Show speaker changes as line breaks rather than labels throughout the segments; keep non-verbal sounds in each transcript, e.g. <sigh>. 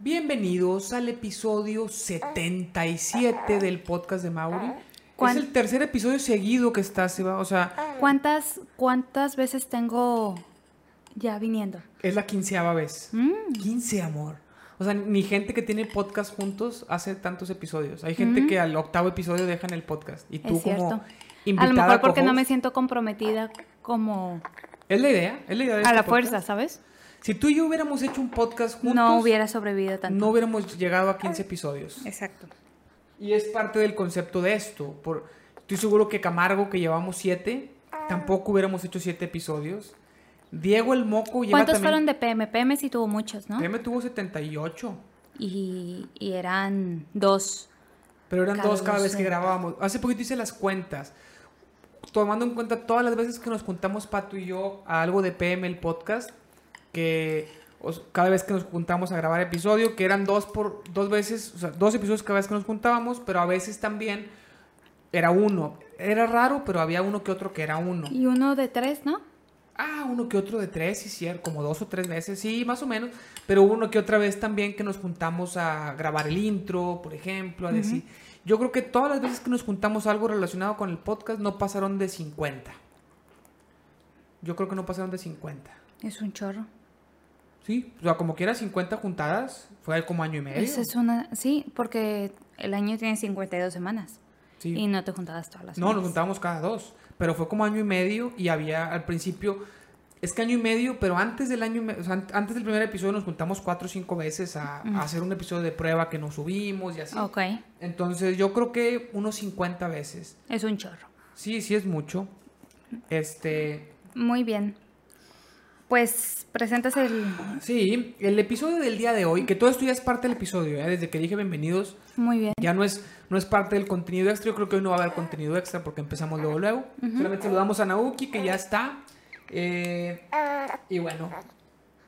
bienvenidos al episodio 77 del podcast de Mauri. Es
¿Cuán-
el tercer episodio seguido que estás, Eva, o sea,
¿Cuántas, ¿Cuántas veces tengo ya viniendo?
es la quinceava vez.
Mm.
15, amor. O sea, ni gente que tiene podcast juntos hace tantos episodios. Hay gente que al octavo episodio dejan el podcast. Y tú
Mm. es cierto.
como
A
invitada
lo mejor porque no
co-host-
me siento comprometida como
Es la idea, es la idea de
a
este
la
podcast.
fuerza, ¿sabes?
Si tú y yo hubiéramos hecho un podcast juntos,
No hubiera sobrevivido tanto.
no hubiéramos llegado a 15 episodios.
Exacto.
Y es parte del concepto de esto. Por, estoy seguro que Camargo, que llevamos siete,
Ah.
tampoco hubiéramos hecho siete episodios. Diego el Moco lleva
¿Cuántos
también-
fueron de PM? PM sí tuvo muchos, ¿no?
PM tuvo 78.
Y, y eran dos.
Pero eran
Cada
dos cada
dos
vez que
eran.
grabábamos. Hace poquito hice las cuentas. Tomando en cuenta todas las veces que nos juntamos Pato y yo a algo de PM el podcast, que os- cada vez que nos juntamos a grabar episodio, que eran dos por dos veces, o sea, dos episodios cada vez que nos juntábamos, pero a veces también era uno. Era raro, pero había uno que otro que era uno.
Y uno de tres, ¿no?
Ah, uno que otro de tres, sí, cierto, como dos o tres veces, sí, más o menos. Pero hubo uno que otra vez también que nos juntamos a grabar el intro, por ejemplo, a decir. Yo creo que todas las veces que nos juntamos a algo relacionado con el podcast no pasaron de 50. Yo creo que no pasaron de 50.
Es un chorro.
Sí, o sea, como quiera, 50 juntadas, fue como año y medio.
Esa es una... Sí, porque el año tiene 52 semanas.
Sí.
Y no te juntabas todas las
No, nos
semanas.
juntábamos cada dos. Pero fue como año y medio y había al principio. Es que año y medio, pero antes del año y me- o sea, an- antes del primer episodio nos juntamos cuatro o cinco veces a, a hacer un episodio de prueba que nos subimos y así.
Ok,
Entonces yo creo que unos 50 veces.
es un chorro.
Sí, sí es mucho. Este.
Muy bien. Pues presentas el...
Sí, el episodio del día de hoy, que todo esto ya es parte del episodio, ¿eh? desde que dije bienvenidos,
Muy bien.
ya no es, no es parte del contenido extra. Yo creo que hoy no va a haber contenido extra porque empezamos luego, luego. Solamente saludamos a Nauki, que ya está. Eh, y bueno.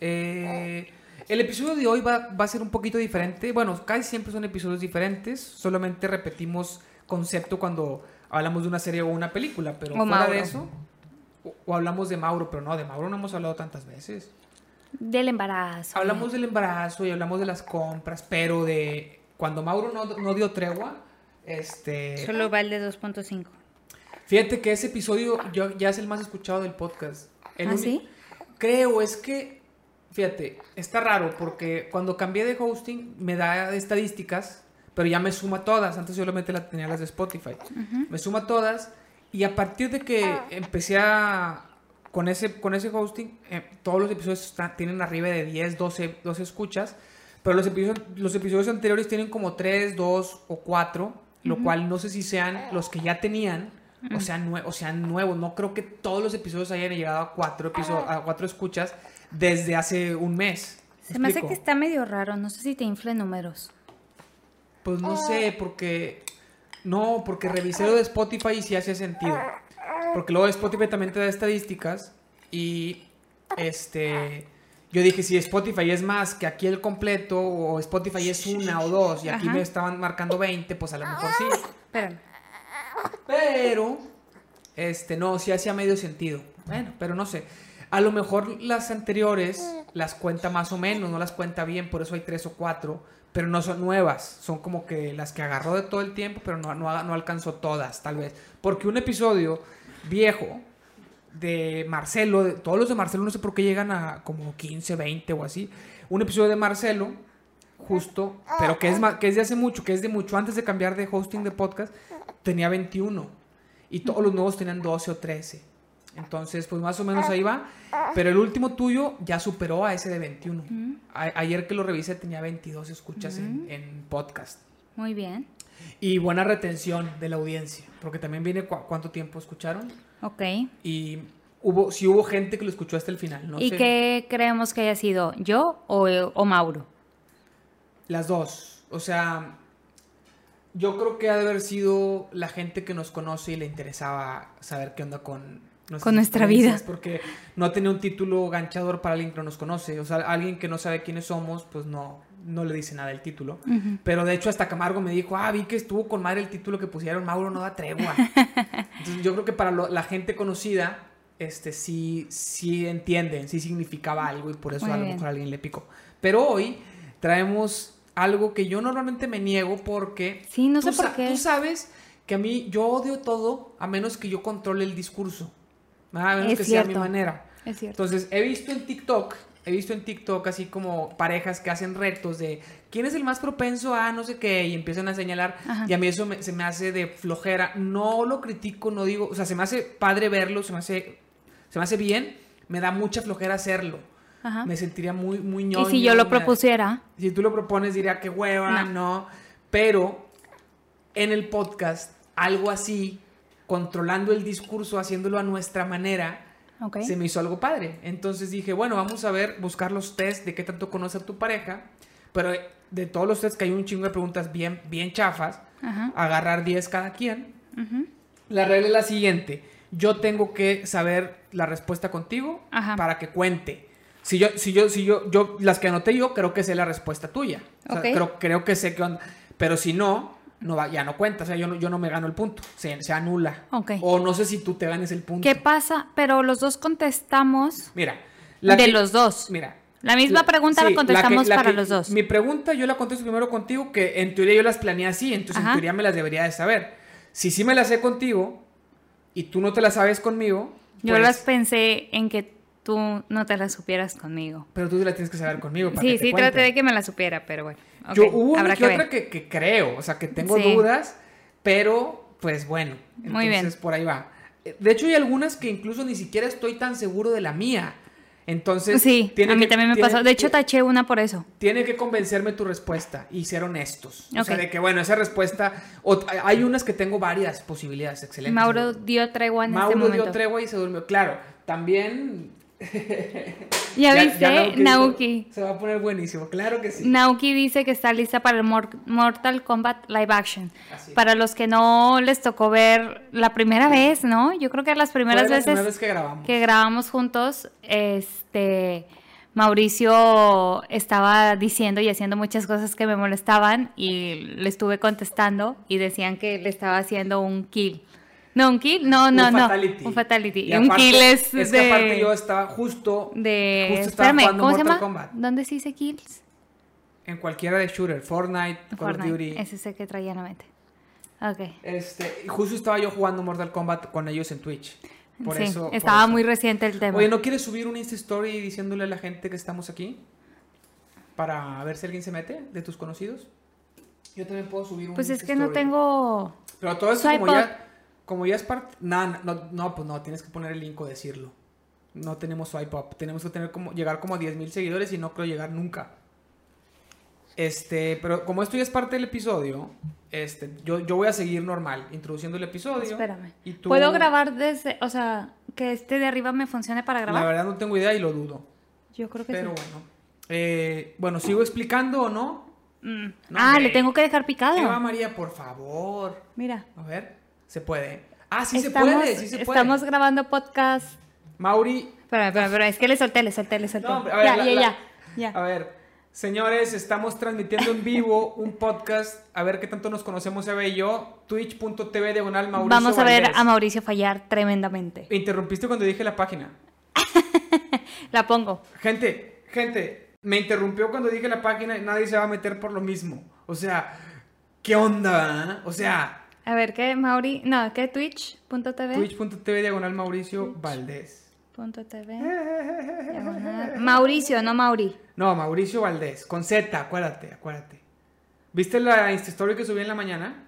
eh, el episodio de hoy va, va a ser un poquito diferente. Bueno, casi siempre son episodios diferentes. Solamente repetimos concepto cuando hablamos de una serie o una película. Pero
O
fuera
Mauro.
de eso. O, o hablamos de Mauro, pero no, de Mauro no hemos hablado tantas veces.
Del embarazo.
Hablamos del embarazo y hablamos de las compras, pero de cuando Mauro no, no dio tregua, este...
Eh, Solo va el de 2.5.
Fíjate que ese episodio yo- ya es el más escuchado del podcast. El
¿Ah,
uni-
sí?
Creo, es que, fíjate, está raro porque cuando cambié de hosting me da estadísticas, pero ya me suma todas. Antes solamente las tenía las de Spotify. Me suma todas y a partir de que
Ah.
empecé a... Con ese, con ese hosting, eh, todos los episodios están- tienen arriba de 10, 12, 12 escuchas, pero los episodios, los episodios anteriores tienen como 3, 2 o 4, lo cual no sé si sean los que ya tenían
Mm.
o sean, nue- o sean nuevos. No creo que todos los episodios hayan llegado a cuatro, episo- a cuatro escuchas desde hace un mes.
Se me hace
explico?
que está medio raro. No sé si te infle números.
Pues no sé, porque. No, porque revisé lo de Spotify y sí hacía sentido. Porque luego Spotify también te da estadísticas. Y este. Yo dije, si Spotify es más que aquí el completo, o Spotify es una o dos, y aquí
Ajá.
me estaban marcando 20, pues a lo mejor sí.
Espérame.
Pero, este, no, sí hacía medio sentido. Bueno, pero no sé. A lo mejor las anteriores las cuenta más o menos, no las cuenta bien, por eso hay tres o cuatro, pero no son nuevas. Son como que las que agarró de todo el tiempo, pero no, no, no alcanzó todas, tal vez. Porque un episodio viejo de Marcelo, de- todos los de Marcelo, no sé por qué llegan a como 15, 20 o así. Un episodio de Marcelo, justo, pero que es, ma- que es de hace mucho, que es de mucho antes de cambiar de hosting de podcast, tenía 21. Y todos los nuevos tenían 12 o 13. Entonces, pues más o menos ahí va. Pero el último tuyo ya superó a ese de 21. A- ayer que lo revisé tenía 22 escuchas en- en podcast.
Muy bien.
Y buena retención de la audiencia. Porque también viene cua- cuánto tiempo escucharon.
Ok.
Y hubo, si hubo gente que lo escuchó hasta el final, ¿no?
¿Y
sé.
qué creemos que haya sido? ¿Yo o, o Mauro?
Las dos. O sea, yo creo que ha de haber sido la gente que nos conoce y le interesaba saber qué onda con
Con nuestra
experiencias,
vida.
Porque no tenía un título ganchador para alguien que no nos conoce. O sea, alguien que no sabe quiénes somos, pues no, no le dice nada el título. Pero de hecho, hasta Camargo me dijo, ah, vi que estuvo con madre el título que pusieron, Mauro no da tregua. Entonces, yo creo que para lo- la gente conocida, este sí, sí entienden, sí significaba algo y por eso
Muy
a lo
bien.
mejor a alguien le picó. Pero hoy traemos algo que yo normalmente me niego porque
Sí, no sé
tú
por
sa-
qué.
Tú sabes que a mí yo odio todo a menos que yo controle el discurso. Ah, A menos
Es
que sea a mi
cierto.
manera.
Es cierto.
Entonces, he visto en TikTok, he visto en TikTok así como parejas que hacen retos de quién es el más propenso a no sé qué y empiezan a señalar
Ajá.
y a mí eso me- se me hace de flojera. No lo critico, no digo, o sea, se me hace padre verlo, se me hace se me hace bien, me da mucha flojera hacerlo.
Ajá.
Me sentiría muy muy
Y
ñoño.
si yo lo
me da-
propusiera,
si tú lo propones, diría que hueva, no.
No.
Pero en el podcast, algo así, controlando el discurso, haciéndolo a nuestra manera,
ok.
se me hizo algo padre. Entonces dije, bueno, vamos a ver, buscar los test de qué tanto conoce a tu pareja. Pero de todos los test que hay un chingo de preguntas bien, bien chafas,
Ajá.
agarrar 10 cada quien.
ujú.
La regla es la siguiente. Yo tengo que saber la respuesta contigo
Ajá.
para que cuente. Si yo, si yo, si yo, yo, las que anoté yo, creo que sé la respuesta tuya. O sea,
Ok.
creo, creo que sé que Pero si no, no va, ya no cuenta. O sea, yo no, yo no me gano el punto. Se, se anula.
Ok.
O no sé si tú te ganes el punto.
¿Qué pasa? Pero los dos contestamos
Mira.
de
que-
los dos.
Mira.
La misma pregunta la
que-
contestamos
la
para
que-
los dos.
Mi pregunta yo la contesto primero contigo, que en teoría yo las planeé así, entonces en
Ajá.
teoría me las debería de saber. Si sí me las sé contigo y tú no te las sabes conmigo,
Yo
pues,
las pensé en que tú no te las supieras conmigo.
pero tú te las tienes que saber conmigo. Para
Sí,
que te
sí,
cuente.
traté de que me la supiera, pero bueno. ok,
yo hubo una
habrá
que otra
ver.
que, que creo, o sea, que tengo
Sí.
dudas, pero pues bueno, entonces
Muy bien.
por ahí va. Eh, De hecho, hay algunas que incluso ni siquiera estoy tan seguro de la mía. Entonces,
Sí,
tiene
a mí
que-
también me
tiene-
pasó. De hecho,
tiene-
taché una por eso.
tiene que convencerme tu respuesta y ser honestos. O sea,
Ok.
de que, bueno, esa respuesta. o- hay unas que tengo varias posibilidades, excelente.
Mauro dio tregua en
Mauro
este momento.
dio tregua y se durmió. Claro, también.
¿Ya, viste,
Nauki
Nauki?
dijo, Se va a poner buenísimo, claro que sí.
Nauki dice que está lista para el Mor- Mortal Kombat Live Action.
Así es.
Para los que no les tocó ver la primera vez, ¿no? Yo creo que las
Fue
primeras
la
veces
primera vez que grabamos.
que grabamos juntos, este Mauricio estaba diciendo y haciendo muchas cosas que me molestaban y le estuve contestando y decían que le estaba haciendo un kill. No, un kill, no, no,
un
no.
Fatality.
Un fatality.
Y
un
aparte-
kill es,
Es
de.
que aparte yo estaba justo.
de-
Justo estaba
espérame,
jugando
¿cómo se
Mortal
llama?
Kombat.
¿Dónde se dice kills?
En cualquiera de shooter, Fortnite, Call of
Fortnite.
Duty.
Ese es el que traía en la mente. Ok.
Este, justo estaba yo jugando Mortal Kombat con ellos en Twitch. Por
sí,
eso. por
estaba
eso.
muy reciente el tema.
Oye, ¿no quieres subir un Insta Story diciéndole a la gente que estamos aquí? Para ver si alguien se mete de tus conocidos. Yo también puedo subir un
pues es
Insta
que no
Story.
tengo.
Pero todo eso
Swipe
como
up.
ya, como ya es parte... No, no, no, pues no, tienes que poner el link o decirlo. No tenemos swipe up. Tenemos que tener como, llegar como a 10.000 seguidores y no creo llegar nunca. Este, pero como esto ya es parte del episodio, este, yo, yo voy a seguir normal, introduciendo el episodio.
Espérame.
Y tú-
¿Puedo grabar desde, o sea, que este de arriba me funcione para
La
grabar?
verdad no tengo idea y lo dudo.
Yo creo que
Pero
Pues sí.
bueno. Eh, bueno, ¿sigo explicando o no?
Mm.
No,
ah,
hombre.
le tengo que dejar picado.
Eva María, por favor.
Mira.
A ver, se puede. Ah, sí
estamos,
se puede, sí se puede.
Estamos grabando podcast.
Mauri,
Espérame, espérame, espérame, es que le solté, le solté, le solté.
No, hombre, a ver,
ya,
la-
ya,
la-
ya, ya.
a ver, señores, estamos transmitiendo en vivo un podcast. A ver qué tanto nos conocemos Eva y yo. Twitch.tv diagonal Mauricio
Vamos a ver
Valdés.
a Mauricio fallar tremendamente.
Interrumpiste cuando dije la página.
La pongo.
Gente, gente, me interrumpió cuando dije la página y nadie se va a meter por lo mismo. O sea, ¿qué onda? verdad? O sea,
A ver, ¿qué, Mauri? No, ¿qué? Twitch.tv.
Twitch.tv diagonal Mauricio Valdés.
Punto TV. Diagonal. Mauricio, no Mauri.
No, Mauricio Valdés, con Z, acuérdate, acuérdate. ¿Viste la Insta Story que subí en la mañana?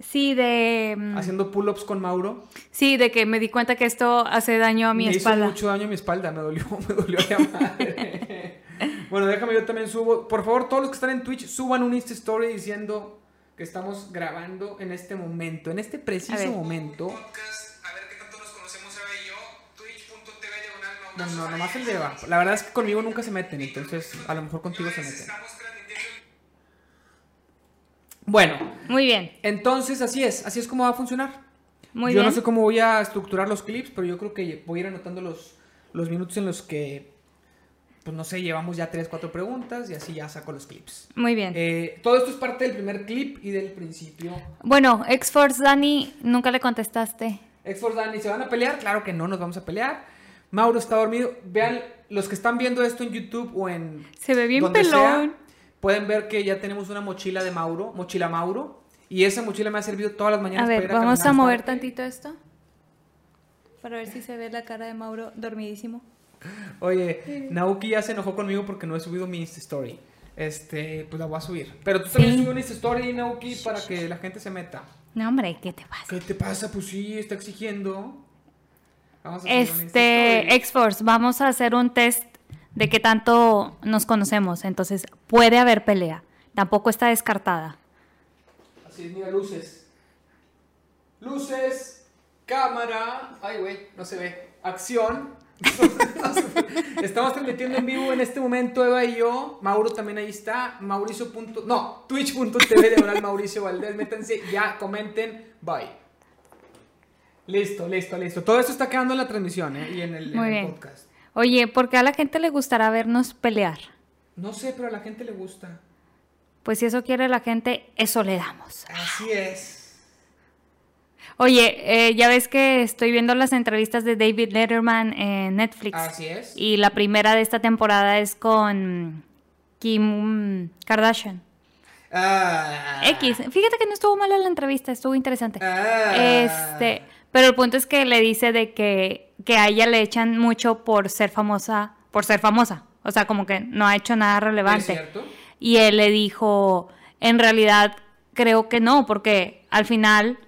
Sí, de. mm,
Haciendo pull-ups con Mauro.
Sí, de que me di cuenta que esto hace daño a mi
me
espalda.
hizo mucho daño a mi espalda, me dolió, <laughs> me dolió la madre. bueno, déjame, yo también subo. Por favor, todos los que están en Twitch, suban un Insta Story diciendo que estamos grabando en este momento, en este
A
preciso
ver.
momento. No, no, nomás el de abajo. La verdad es que conmigo nunca se meten, entonces a lo mejor contigo se meten. Bueno,
Muy bien,
entonces así es, así es como va a funcionar.
muy
yo
bien.
no sé cómo voy a estructurar los clips, pero yo creo que voy a ir anotando los, los minutos en los que, pues no sé, llevamos ya 3, 4 preguntas y así ya saco los clips.
Muy bien.
Eh, todo esto es parte del primer clip y del principio.
Bueno, X-Force Dani, nunca le contestaste.
Exforce Dani, ¿se van a pelear? Claro que no, nos vamos a pelear. Mauro está dormido. Vean, los que están viendo esto en YouTube o en...
Se ve bien
donde sea,
pelón.
pueden ver que ya tenemos una mochila de Mauro, mochila Mauro, y esa mochila me ha servido todas las mañanas
A ver,
para ir a caminar
vamos
hasta-
a mover tantito esto. Para ver si se ve la cara de Mauro dormidísimo.
Oye, Nauki ya se enojó conmigo porque no he subido mi Insta Story. Este, pues la voy a subir. Pero tú también
Sí.
subes una Insta Story, Nauki, para que la gente se meta.
No, hombre, ¿qué te pasa?
¿Qué te pasa? Pues sí, está exigiendo. Vamos subir una Insta
Este,
Story.
X-Force, vamos a hacer un test de qué tanto nos conocemos. Entonces, puede haber pelea. Tampoco está descartada.
Así es, mira, luces. Luces, cámara. Ay, güey, no se ve. Acción. <laughs> Estamos transmitiendo en vivo en este momento, Eva y yo. Mauro también ahí está. Mauricio. punto- No, twitch.tv de Oral Mauricio Valdés. Métanse ya, comenten. Bye. Listo, listo, listo. Todo esto está quedando en la transmisión ¿eh? y en el, en
Muy
el
bien.
podcast.
Oye, ¿por qué a la gente le gustará vernos pelear?
No sé, pero a la gente le gusta.
Pues si eso quiere la gente, eso le damos.
Así es.
Oye, eh, ya ves que estoy viendo las entrevistas de David Letterman en Netflix.
Así es.
Y la primera de esta temporada es con Kim Kardashian.
Ah.
X. Fíjate que no estuvo mala la entrevista, estuvo interesante.
Ah.
Este, pero el punto es que le dice de que, que a ella le echan mucho por ser famosa, por ser famosa. O sea, como que no ha hecho nada relevante.
¿Es cierto?
Y él le dijo, en realidad creo que no, porque al final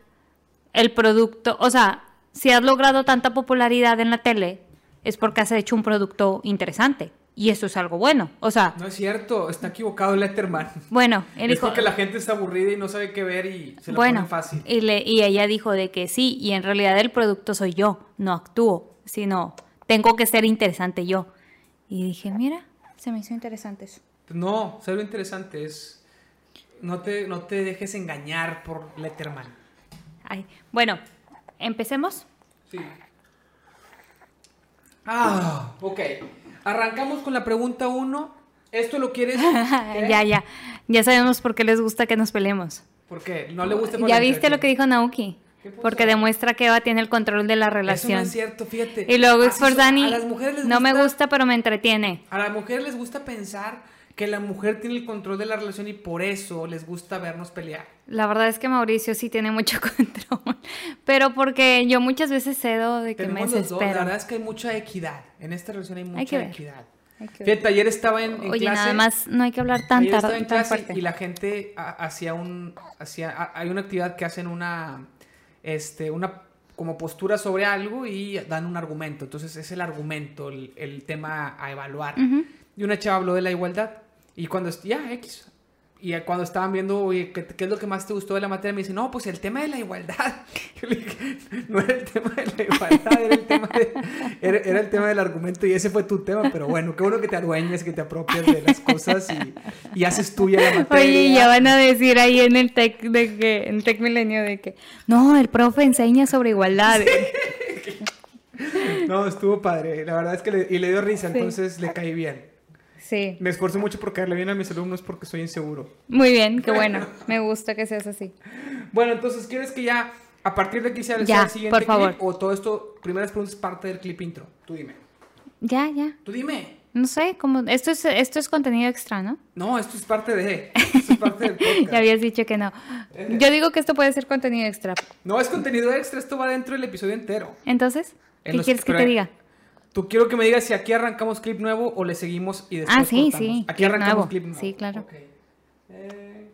el producto, o sea, si has logrado tanta popularidad en la tele, es porque has hecho un producto interesante. Y eso es algo bueno. O sea,
No es cierto, está equivocado Letterman.
bueno, él
es
dijo...
porque la gente está aburrida y no sabe qué ver y se lo ponen fácil.
Y, le- y ella dijo de que sí, y en realidad el producto soy yo, no actúo, sino tengo que ser interesante yo. Y dije, mira, se me hizo interesante eso.
No, sé lo interesante es no te, no te dejes engañar por Letterman.
Ay, bueno, empecemos.
Sí. Ah, ok. Arrancamos con la pregunta uno. ¿Esto lo quieres? ¿Eh? ¿Qué?
<laughs> ya, ya, ya sabemos por qué les gusta que nos peleemos.
¿Por qué? No le gusta por
ya
la
viste lo que dijo Naoki,
¿Qué puso?
porque demuestra que Eva tiene el control de la
Eso no
relación.
es cierto, fíjate.
y luego
Así son-
Exforzani,
a las mujeres les
no me
gusta
gusta, pero me entretiene.
A la mujer les gusta pensar que la mujer tiene el control de la relación y por eso les gusta vernos pelear.
La verdad es que Mauricio sí tiene mucho <laughs> control, pero porque yo muchas veces cedo de que
Tenemos
me
los dos, la
desespero.
verdad es que hay mucha equidad. En esta relación hay mucha
que ver.
equidad.
Hay que ver.
Fíjate, ayer estaba en, en
Oye,
clase.
nada más no hay que hablar tan
ayer estaba
tarde,
en
tan
clase
fuerte.
y la gente ha- hacía un hacía ha- hay una actividad que hacen una este una como postura sobre algo y dan un argumento entonces es el argumento el, el tema a evaluar <laughs> y una chava habló de la igualdad y cuando est- ya x y cuando estaban viendo oye, ¿qué, qué es lo que más te gustó de la materia me dice no pues el tema de la igualdad <laughs> Yo le dije, no era el tema de la igualdad era el tema de- era, era el tema del argumento y ese fue tu tema pero bueno qué bueno que te adueñes que te apropias de las cosas y, y haces tuya la materia
Oye, y ya van a decir ahí en el Tec de que en Tec Milenio de que no, el profe enseña sobre igualdad.
No, estuvo padre. La verdad es que le, y le dio risa,
Sí.
entonces le caí bien.
Sí.
Me esfuerzo mucho por caerle bien a mis alumnos porque soy inseguro.
Muy bien, qué bueno. Me gusta que seas así.
Bueno, entonces, ¿quieres que ya a partir de aquí sea, sea
Ya,
el siguiente
por favor.
clip? O todo esto, primeras preguntas, parte del clip intro. Tú dime.
Ya, ya.
Tú dime.
No sé, como esto es esto es contenido extra, ¿no?
No, esto es parte
<laughs>
de. Esto es parte del podcast.
Ya habías dicho que no. Yo digo que esto puede ser contenido extra.
No, es contenido extra, esto va dentro del episodio entero.
Entonces,
En
¿qué
los-
quieres que
pero-
te diga?
Tú quiero que me digas si aquí arrancamos clip nuevo o le seguimos y después
Ah, sí,
cortamos.
sí,
Aquí
clip
arrancamos
nuevo.
clip nuevo.
Sí, claro.
Ok. Eh,